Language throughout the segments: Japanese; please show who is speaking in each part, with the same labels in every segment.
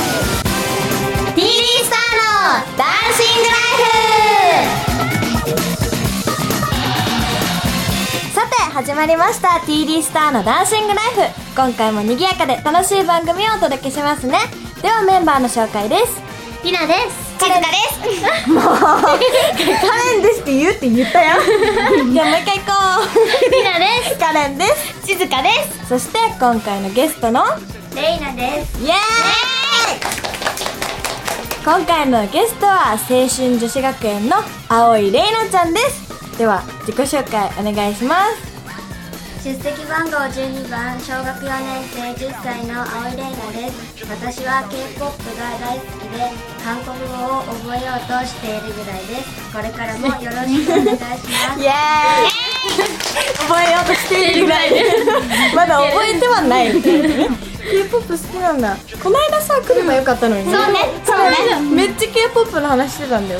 Speaker 1: TD スターのダンシングライフさて始まりました TD スターのダンシングライフ今回も賑やかで楽しい番組をお届けしますねではメンバーの紹介です
Speaker 2: りなです
Speaker 1: 静香
Speaker 2: です
Speaker 1: もうカレンですって言うって言 ったよじゃあもう一回行こ
Speaker 2: りなで
Speaker 1: うカレンです
Speaker 2: す静香です
Speaker 1: そして今回のゲストの
Speaker 2: す レイナです
Speaker 1: イエーイ今回のゲストは青春女子学園の青井玲奈ちゃんですでは自己紹介お願いします
Speaker 2: 出席番号12番小学4年生10歳の青井玲奈です私は K-POP が大好きで韓国語を覚えようとしているぐらいですこれからもよろしくお願いし ます
Speaker 1: エーイ覚えようとしているぐらいで まだ覚えてはない みたいなね K-POP 好きなんだこないださ来ればよかったのにね
Speaker 2: そうねそう
Speaker 1: ねめっちゃ K-POP の話してたんだよ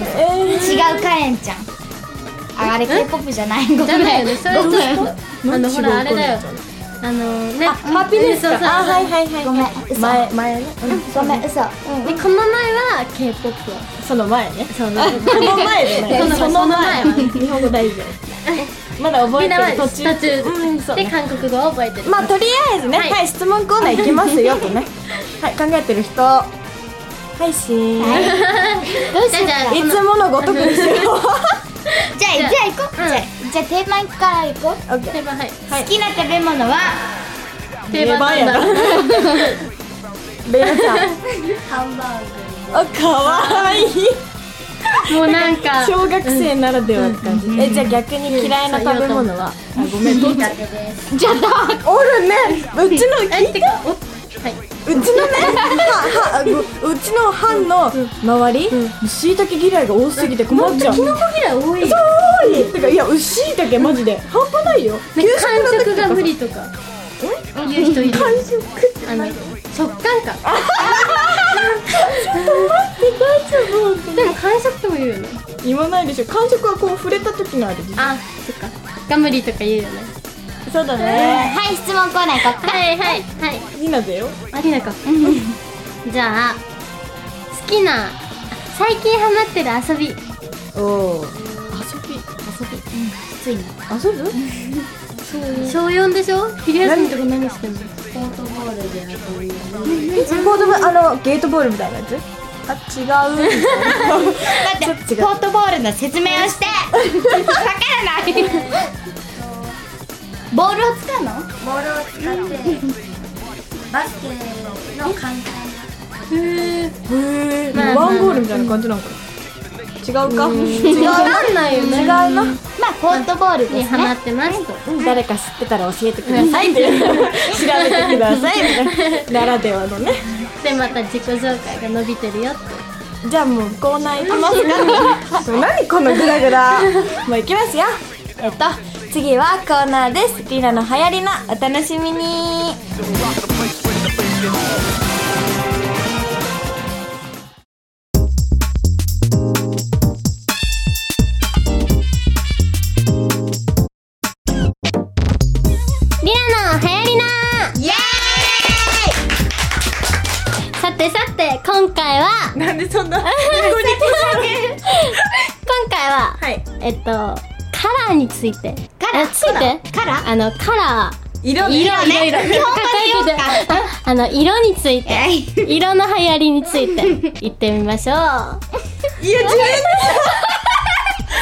Speaker 1: えー、
Speaker 2: 違うカレンちゃんああれ K-POP じゃないごめん
Speaker 3: じゃないよね、そういう人やあの、ほら、あれだよ。あのね、
Speaker 1: ハピネス
Speaker 3: そ
Speaker 1: か
Speaker 3: うそう
Speaker 1: あはいはいはいごめん前前ね、
Speaker 2: ごめん嘘
Speaker 3: で、この前は K-POP は。
Speaker 1: その前ね
Speaker 3: その
Speaker 1: あその前ね
Speaker 3: そ
Speaker 1: そ
Speaker 3: の前
Speaker 1: の前
Speaker 3: その前
Speaker 1: 日本語大事まだ覚えて
Speaker 3: みんなは
Speaker 1: る途中
Speaker 3: 途中
Speaker 1: うんそう
Speaker 3: で
Speaker 1: ね
Speaker 3: 韓国語を覚えてる。
Speaker 1: まあとりあえずね
Speaker 3: はい
Speaker 1: はい質問コーナー行きますよとねはい考えてる人はいしーん
Speaker 3: じゃあじゃあ
Speaker 1: いつものごとくにし よう
Speaker 2: じゃあ
Speaker 3: じゃあ
Speaker 2: 行こう、
Speaker 3: うん
Speaker 2: じゃあじゃあ定番から行こう、
Speaker 1: オッケ
Speaker 3: 定
Speaker 1: ー
Speaker 3: 番はい。
Speaker 2: 好きな食べ物は
Speaker 3: 定番なんだ。
Speaker 1: ベイナちゃん
Speaker 2: ハンバ
Speaker 1: あ
Speaker 2: ーグ
Speaker 1: かわいい
Speaker 3: もうなんか、
Speaker 1: 小学生ならではって感じえじゃあ逆に嫌いな食べ物はあごめんどっち
Speaker 2: です
Speaker 3: じゃあだ。
Speaker 1: おるねうちの聞
Speaker 3: え、
Speaker 1: い
Speaker 3: て
Speaker 1: て
Speaker 3: か、お、は
Speaker 1: うちのねははううちの班の周りしいたけ嫌いが多すぎて困っちゃう
Speaker 3: い。キノコ嫌い多い。
Speaker 1: 超多いてかいやしいたけマジで半端ないよ給
Speaker 3: なんか
Speaker 1: 食の時とかさ
Speaker 3: 感触が無理とか。言う人いる。
Speaker 1: 完食って
Speaker 3: あの、食感か。
Speaker 1: 大丈夫
Speaker 3: でも、感触とも言うよね。
Speaker 1: 言わないでしょ感触はこう触れた時のあれで
Speaker 3: あ、そっか。ガムリとか言うよね。
Speaker 1: そうだね
Speaker 2: はい質問コーナー行こう
Speaker 3: はいはいはい。
Speaker 1: みんなだよ
Speaker 3: ありなか。じゃあ、好きな、最近ハマってる遊び。
Speaker 1: おお遊び
Speaker 2: ついに
Speaker 1: 遊ぶ
Speaker 3: 小4でしょ昼休みとか何してんの
Speaker 2: ポートボールで遊ぶよ
Speaker 1: ボードボあのゲートボールみたいなやつあ違 う
Speaker 2: 待
Speaker 1: っ
Speaker 2: っ
Speaker 1: と
Speaker 2: て
Speaker 1: 違う
Speaker 2: ポートボールの説明をして わからないボールを使うの
Speaker 4: ボールを使ってバスケの簡単な
Speaker 3: へえ
Speaker 1: へえ、
Speaker 3: まあまあ
Speaker 1: ワンゴールみたいな感じなんかな違うか違う
Speaker 3: わ
Speaker 1: な
Speaker 3: かんないよね
Speaker 1: 違うな
Speaker 2: まあポートボールで
Speaker 3: に
Speaker 2: す
Speaker 3: ハ
Speaker 2: ね
Speaker 3: マってますと
Speaker 1: 誰か知ってたら教えてくださいっていう調べてくださいみたいなならではのね
Speaker 3: でまた自己紹介が伸びてるよって
Speaker 1: じゃあもうコーナー行きますかもう何このグラグラもう行きますよえっと次はコーナーですリラの流行りのお楽しみに
Speaker 3: リラの流行りなイエーイさてさて今回は
Speaker 1: なんでそんな
Speaker 3: 今回は
Speaker 1: はい
Speaker 3: えっとカラーについてカラーついてカラーあのカラー
Speaker 1: 色
Speaker 3: 色ね色日本語で言おう あの色について色の流行りについ て言ってみましょう
Speaker 1: いや自分で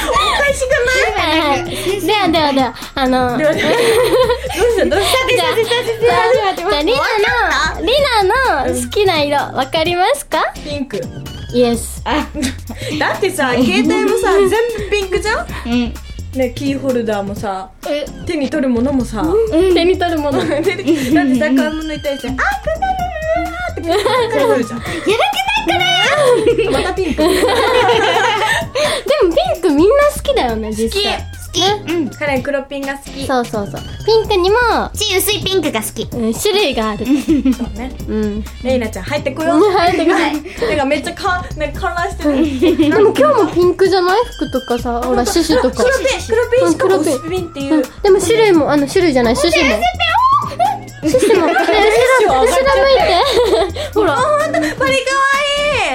Speaker 1: お返しが
Speaker 3: はいはいではではではあ の
Speaker 1: ないどうしたどうした
Speaker 3: じゃあじゃあじゃあリナのリナの好きな色わかりますか
Speaker 1: ピンク
Speaker 3: イエス
Speaker 1: あだってさ携帯もさ全部ピンクじゃんねキーホルダーもさ手に取るものもさ
Speaker 3: 手に取る もの
Speaker 1: だってさ買い物に対して「あくだららら」ってピンク取るじゃんやる気ないからまたピンク
Speaker 3: でもピンクみんな好きだよね実際
Speaker 1: カレン黒ピンが好き
Speaker 3: そうそうそうピンクにも、
Speaker 2: ち薄いピンクが好き
Speaker 3: うん、種類がある
Speaker 1: そうね
Speaker 3: うん
Speaker 1: レイナちゃん入ってこよう
Speaker 3: 入ってこない
Speaker 1: なんかめっちゃかなんか観覧してる
Speaker 3: でも今日もピンクじゃない服とかさほらシュシュとか
Speaker 1: 黒ピン黒ピンしかも
Speaker 3: うん黒
Speaker 1: 薄ピンっていう
Speaker 3: でも種類もあの種類じゃない種類も種
Speaker 1: し
Speaker 3: 類も種類
Speaker 1: よう
Speaker 3: 後ろ向いてほら
Speaker 1: ほんとこれかわい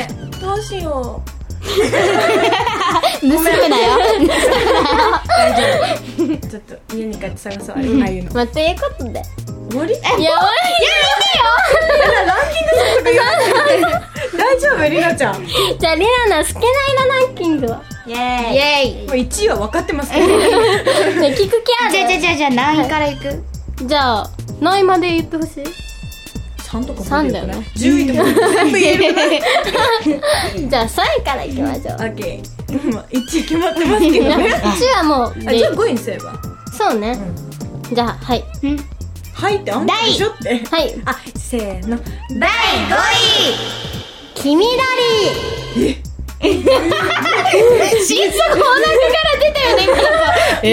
Speaker 1: いどうしよう
Speaker 3: 盗むなよ
Speaker 1: ちょっと家に帰って探そうああいうの
Speaker 3: まあということで
Speaker 1: 終わり
Speaker 3: いや
Speaker 1: えランキングとか言わなくて大丈夫りなちゃんも
Speaker 3: 俺いいよじゃあリナの好きな色ランキングは
Speaker 4: イエーイ
Speaker 2: イエイ
Speaker 1: う1位は分かってますけど
Speaker 3: ね聞く気
Speaker 2: じゃ
Speaker 3: あ
Speaker 2: あじゃあじゃ
Speaker 3: る
Speaker 2: あじゃあ何位からいく
Speaker 3: じゃあ何位まで言ってほしい
Speaker 1: 3とか
Speaker 3: 三だよね
Speaker 1: 10位とか全部言える くない
Speaker 3: じゃあ3位からいきましょう
Speaker 1: オッケーまあ1位決まってますけどね
Speaker 3: 1はもう
Speaker 1: あじゃあ
Speaker 3: で
Speaker 1: 5位にすれば
Speaker 3: そうねじゃあはい
Speaker 1: はいってあんたでしょって
Speaker 3: はい
Speaker 1: あせーの
Speaker 2: 第5位
Speaker 3: 黄緑 え心臓お腹から出たよね今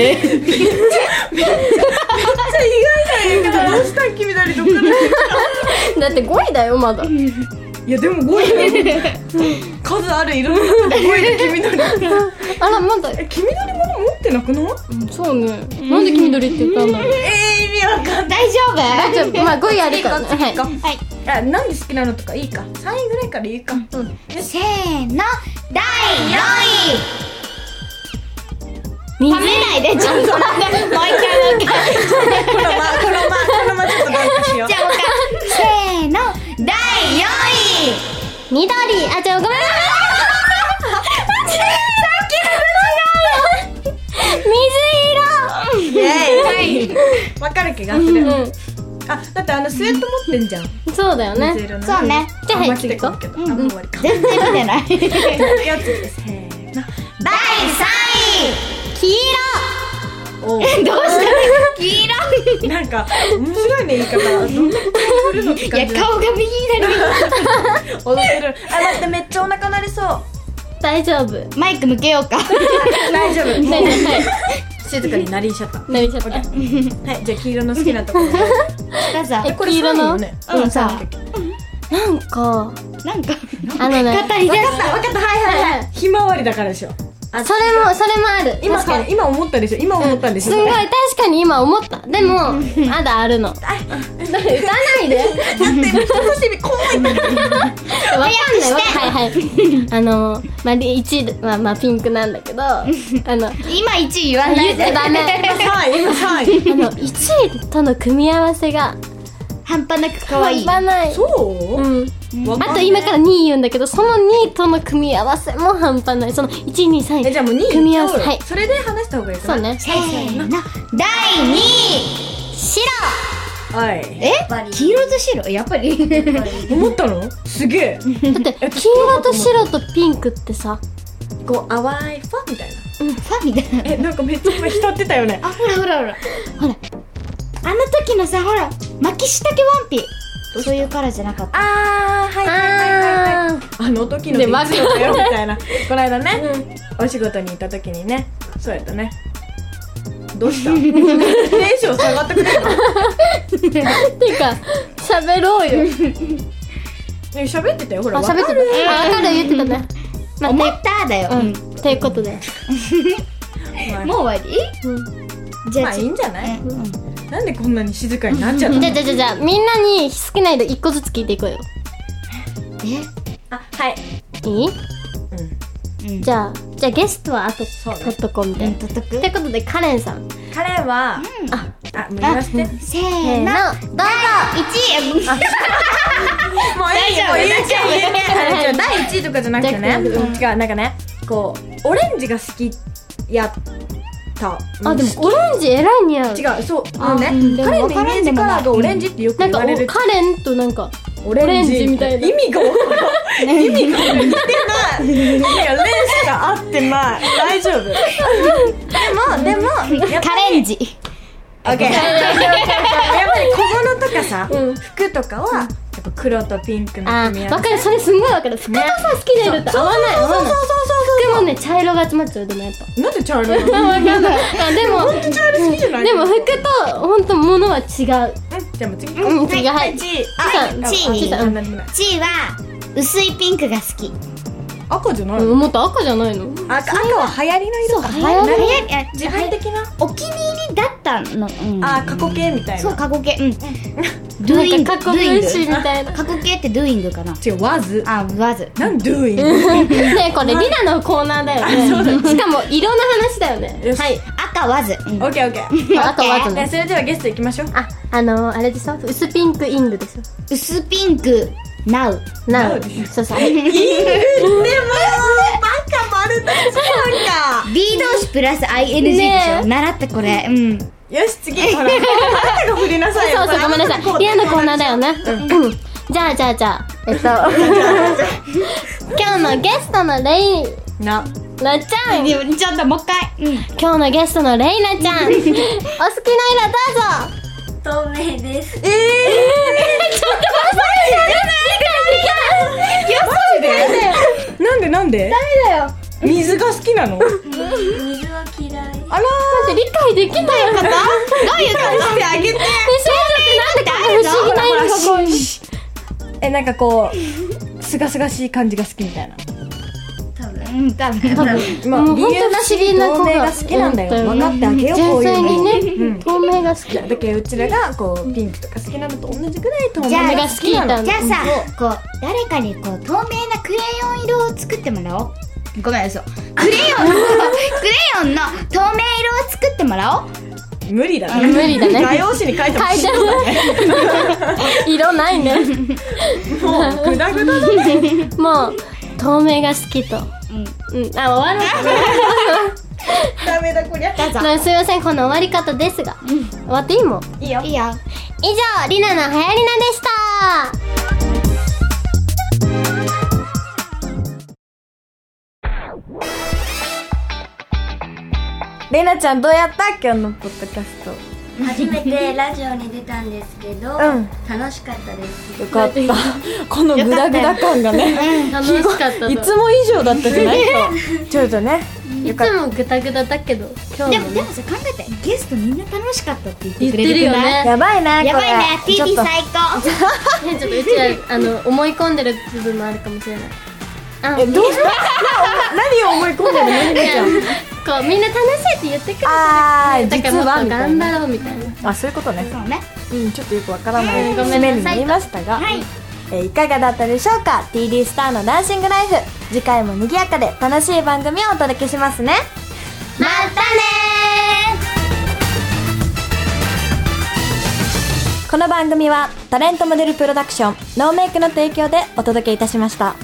Speaker 1: 意外だよどうしたん君だりどっから
Speaker 3: だって5位だよまだ
Speaker 1: いやでも5位だよ 数あるいろんなとこ5位で君だり
Speaker 3: あらまだ
Speaker 1: え君だりもの持ってなくない
Speaker 3: そうねなんで黄緑って言ったんだろう
Speaker 1: えー、意味わかんない
Speaker 2: 大丈夫
Speaker 3: じゃあまあ5位あるからねはい
Speaker 2: はい
Speaker 1: あなんで好きなのとかいいか3位ぐらいからいいかうん
Speaker 2: せーの第4位
Speaker 3: 水ないでちょっと待ってもう一回
Speaker 1: このまこのまこのまちょっとどうかしよう
Speaker 2: じゃあもう一回せーの第4位
Speaker 3: 緑あじゃあごめんマジで さっきの違うよ水
Speaker 1: イエーイわかる気がする
Speaker 3: 色
Speaker 1: あだってあのスウェット持ってんじゃん
Speaker 3: うんそうだよ
Speaker 1: 水
Speaker 3: ね
Speaker 1: 色の
Speaker 2: そうね
Speaker 3: じゃあ
Speaker 1: あん
Speaker 3: は
Speaker 1: ま
Speaker 3: い
Speaker 1: 来
Speaker 3: 次
Speaker 1: てこん
Speaker 3: 行こ
Speaker 1: けどあもう終わりか
Speaker 2: 全然見てない第3
Speaker 1: やつですせーの
Speaker 3: う黄
Speaker 1: おう
Speaker 2: 位どうした黄色
Speaker 1: なんか面白いね言い方どんなことするのって感じ
Speaker 2: いや顔が右になる
Speaker 1: 踊ってるあ待ってめっちゃお腹鳴りそう
Speaker 3: 色大丈夫
Speaker 2: マイク向けようか
Speaker 1: 大丈夫も
Speaker 3: ね
Speaker 1: う
Speaker 3: は
Speaker 1: 静かになりしちゃったはい
Speaker 3: なりちゃった
Speaker 1: いじゃあ黄色の好きなところ
Speaker 2: どうぞ
Speaker 3: え黄色の
Speaker 1: うんさ
Speaker 3: なんか
Speaker 2: なんか
Speaker 3: あのね
Speaker 2: 語り出
Speaker 1: 分かっ
Speaker 2: す
Speaker 1: たはいはいはいひまわりだからでしょ
Speaker 3: それもそれもある
Speaker 1: 今
Speaker 3: 確かに
Speaker 1: 今思ったでしょ今思ったんでし
Speaker 3: す
Speaker 1: ょ
Speaker 3: んごい確かに今思ったでもまだあるの 歌わないで
Speaker 1: だって人差し指こういった
Speaker 3: わかんないわかんないはいはいあのまあ1はまあピンクなんだけどあの
Speaker 2: 今1位言わな
Speaker 3: 言
Speaker 2: い
Speaker 3: って
Speaker 2: で
Speaker 3: ダメ
Speaker 1: 3位今3位
Speaker 3: あの1位との組み合わせが
Speaker 2: 半端なく可愛い
Speaker 3: 半端ない
Speaker 1: そう
Speaker 3: うん
Speaker 1: わかん
Speaker 3: あ
Speaker 1: な
Speaker 3: と
Speaker 1: い
Speaker 3: 今から2位言うんだけどその2位との組み合わせも半端ないその123
Speaker 1: えじゃあもう2位
Speaker 3: 組み合わせはい
Speaker 1: それで話した方がいいかな
Speaker 3: そうね
Speaker 2: せーの第2位
Speaker 3: 白
Speaker 1: はい
Speaker 2: え
Speaker 4: ぱり
Speaker 2: 黄色と白やっぱり
Speaker 1: 思ったのすげえ
Speaker 3: だって黄色と白とピンクってさ
Speaker 1: こう淡いファンみたいな
Speaker 2: ファンみたいな
Speaker 1: えなんかめっちゃ今浸ってたよね
Speaker 2: あほらほらほら
Speaker 3: ほら
Speaker 2: あの時のさほら巻き下けワンピそういうカラーじゃなかった
Speaker 1: あーはい
Speaker 3: あー
Speaker 1: あの時ので
Speaker 3: で
Speaker 1: マジだよみたいなこの間ね、お仕事に行った時にねそうやったねどうしたテンション下がってくれるの
Speaker 3: っていうか喋ろうよ
Speaker 1: ね喋ってたよほ
Speaker 3: あ
Speaker 1: ら
Speaker 3: 喋ってたあ分かる言ってたねま
Speaker 2: 思っただよ
Speaker 3: あうんということで
Speaker 1: た
Speaker 2: もう終わりじ
Speaker 1: ま
Speaker 2: ゃ
Speaker 1: あ
Speaker 2: あ
Speaker 1: いいんじゃない
Speaker 2: うん
Speaker 1: なんでこんなに静かになっちゃった
Speaker 3: じゃ
Speaker 1: の
Speaker 3: あじゃあじゃあじゃあみんなに好きな色1個ずつ聞いていこうよ
Speaker 1: あはい
Speaker 3: いい
Speaker 1: うん
Speaker 2: うん
Speaker 3: じゃあじゃあゲストはあと
Speaker 1: そうね
Speaker 3: 取っとこうみたいな
Speaker 2: とっとく
Speaker 3: ということでカレンさん
Speaker 1: 彼は
Speaker 3: あ
Speaker 1: あもう言わせてもういい
Speaker 2: せ
Speaker 3: せ
Speaker 2: ーの
Speaker 3: ーのどうぞ
Speaker 2: 1位
Speaker 1: もう言っちゃう言っちゃうじゃあ 第1位とかじゃなくてね
Speaker 3: じゃ
Speaker 1: うん違うなんかねこうオレンジが好きやった
Speaker 3: あでもオレンジえらい似合う
Speaker 1: 違うそうもうね
Speaker 3: うんでも
Speaker 1: 彼の
Speaker 3: わ
Speaker 1: イ
Speaker 3: か
Speaker 1: メ
Speaker 3: ら
Speaker 1: ー
Speaker 3: んで
Speaker 1: ジカ
Speaker 3: もない
Speaker 1: ラーがオレンジってよく
Speaker 3: なん
Speaker 1: 言
Speaker 3: かお
Speaker 1: われる
Speaker 3: カレンとなんか
Speaker 1: オレン
Speaker 3: オレン
Speaker 1: ジ
Speaker 3: ジみたいな
Speaker 1: 意味がわからん意味が似てないいやレンしか合ってない大丈夫でもでもやっぱ
Speaker 2: カレンジ
Speaker 1: オッケーやっぱり小物とかさ服とかはやっぱ黒とピンクの
Speaker 3: あ
Speaker 1: 組み合
Speaker 3: わ
Speaker 1: わせ
Speaker 3: かるそれすんごいわかる服とさ好きな色って合わない合
Speaker 1: そうそ
Speaker 3: わ
Speaker 1: う
Speaker 3: な
Speaker 1: そう
Speaker 3: い服もね茶色が集まっちゃうでもやっぱ
Speaker 1: そうなんで茶色なの
Speaker 3: わかんないあでも
Speaker 1: 本当茶色好きじゃない
Speaker 3: でも服と本当物は違う
Speaker 1: うんじゃあもう次
Speaker 3: うん違うはい
Speaker 1: 1位
Speaker 3: あ
Speaker 1: あ
Speaker 2: チー
Speaker 1: ああなんでもない
Speaker 2: 1位は薄いピンクが好き
Speaker 1: 赤じゃないの、
Speaker 3: うんもっと赤じゃないの
Speaker 1: 赤赤は流行りの色か
Speaker 3: 流行り
Speaker 1: なるほど
Speaker 2: 流行りあ
Speaker 1: 自分的な、
Speaker 2: お気に入りだったの、うん、
Speaker 1: あ過去形みたいな
Speaker 2: そう過去形うん
Speaker 3: な
Speaker 2: doing
Speaker 3: んか過去分詞みたいな
Speaker 2: 過去形って doing かな
Speaker 1: 違う was
Speaker 2: あ was
Speaker 1: なん doing
Speaker 3: ねこれリナのコーナーだ よねしかも色の話だよね
Speaker 1: よし
Speaker 3: はい
Speaker 2: 赤 was、うん、
Speaker 1: オッケーオッケー
Speaker 3: あとはあとね
Speaker 1: それではゲスト行きましょう
Speaker 3: ああのあれでしょ薄ピンクイングでしょ
Speaker 2: 薄ピンク now
Speaker 3: な
Speaker 1: そう
Speaker 3: る
Speaker 1: で
Speaker 3: そうそうあれ
Speaker 1: いいねもうバカ丸出しなんか
Speaker 2: B 動詞プラス ING でし
Speaker 3: ね
Speaker 2: ょ習ったこれうん
Speaker 1: よし次ほらあなたが振りなさいよ
Speaker 3: そうそうごめんなさいリアのコーナーだよねうんじゃあじゃあじゃあえっ と今日のゲストのレイ
Speaker 1: な
Speaker 3: ナちゃん
Speaker 2: ちょっともう一回、うん、
Speaker 3: 今日のゲストのレイナち ゃんお好きな色どうぞ
Speaker 5: 透明です
Speaker 1: ええ
Speaker 3: ちょっと待ってや
Speaker 1: マジでなんでなんで
Speaker 3: だよ
Speaker 1: 水が好きなの
Speaker 5: 水は嫌い
Speaker 1: あら
Speaker 3: だって理解できない方どういう感じであげてってなんでこんな不思議な色がここに
Speaker 1: ーえなんかこうすがすがしい感じが好きみたいな
Speaker 2: うん、多分
Speaker 3: 多分
Speaker 1: まあ
Speaker 3: もう
Speaker 1: 理
Speaker 3: 本当
Speaker 1: 由なしに透明が好きなんだよ
Speaker 3: 不思
Speaker 1: 分
Speaker 3: 議な
Speaker 1: か
Speaker 3: 子
Speaker 1: ってあげようこういう
Speaker 3: 純粋
Speaker 1: の
Speaker 3: にね、
Speaker 1: うん
Speaker 3: 透明が好き
Speaker 1: だけどうちらがこうピンクとか好きなのと同じくらい透明
Speaker 2: じゃあ
Speaker 1: が
Speaker 3: が好きなの
Speaker 2: じゃあさ、こう誰かにこう透明なクレヨン色を作ってもらおう。ごめん嘘。 クレヨンのクレヨンの透明色を作ってもらおう。
Speaker 1: 無理だ
Speaker 3: 無
Speaker 1: ね
Speaker 3: 理だ
Speaker 1: 画
Speaker 3: ね
Speaker 1: 用紙に書いても
Speaker 3: 書いて
Speaker 1: し
Speaker 3: ある色ないね
Speaker 1: もうグダグダだね
Speaker 3: もう透明が好きとうんあ終わろうかな
Speaker 1: ダメだこりゃ
Speaker 2: どうぞ。
Speaker 3: まあすいませんこの終わり方ですが、終わっていいもん
Speaker 1: いいよ
Speaker 2: いいよ。
Speaker 3: 以上りなのはやりなでした
Speaker 1: レイナちゃんどうやった今日のポッドキャスト
Speaker 5: 初めてラジオに出たんですけど、
Speaker 1: ん
Speaker 5: 楽しかったです
Speaker 1: よかったこのグダグダ感がね
Speaker 3: 楽しかったぞ
Speaker 1: いつも以上だったじゃない ちょっとね
Speaker 3: いつもグタグタだけど今日
Speaker 2: で
Speaker 3: も
Speaker 2: もでもさ考えてゲストみんな楽しかったって言って
Speaker 3: 言っ
Speaker 2: く
Speaker 3: て
Speaker 2: れる
Speaker 3: るよ
Speaker 2: くない
Speaker 3: ね
Speaker 1: やばいなこれ
Speaker 2: やばいね。
Speaker 1: ち
Speaker 2: TV
Speaker 1: ょっと
Speaker 2: 最高。
Speaker 3: ねちょっとうちらあの思い込んでる部分もあるかもしれないあ
Speaker 1: えどうした何を思い込んでるのレイナちゃん
Speaker 3: こうみんな楽しいって言ってくれ
Speaker 1: あ ー
Speaker 3: たか
Speaker 1: 実
Speaker 3: ら
Speaker 1: は
Speaker 3: もっ
Speaker 1: み
Speaker 3: と
Speaker 1: たい
Speaker 3: 頑
Speaker 1: な
Speaker 3: 張ろうみたいな
Speaker 1: あそういうことね
Speaker 2: そうね。
Speaker 1: うんちょっとよくわからない
Speaker 3: うんごめ
Speaker 1: 締
Speaker 3: んなさい
Speaker 1: めになりましたが、えーいかがだったでしょうか TD スターのダンシングライフ次回も賑やかで楽しい番組をお届けしますね
Speaker 3: またねー
Speaker 1: この番組はタレントモデルプロダクションノーメイクの提供でお届けいたしました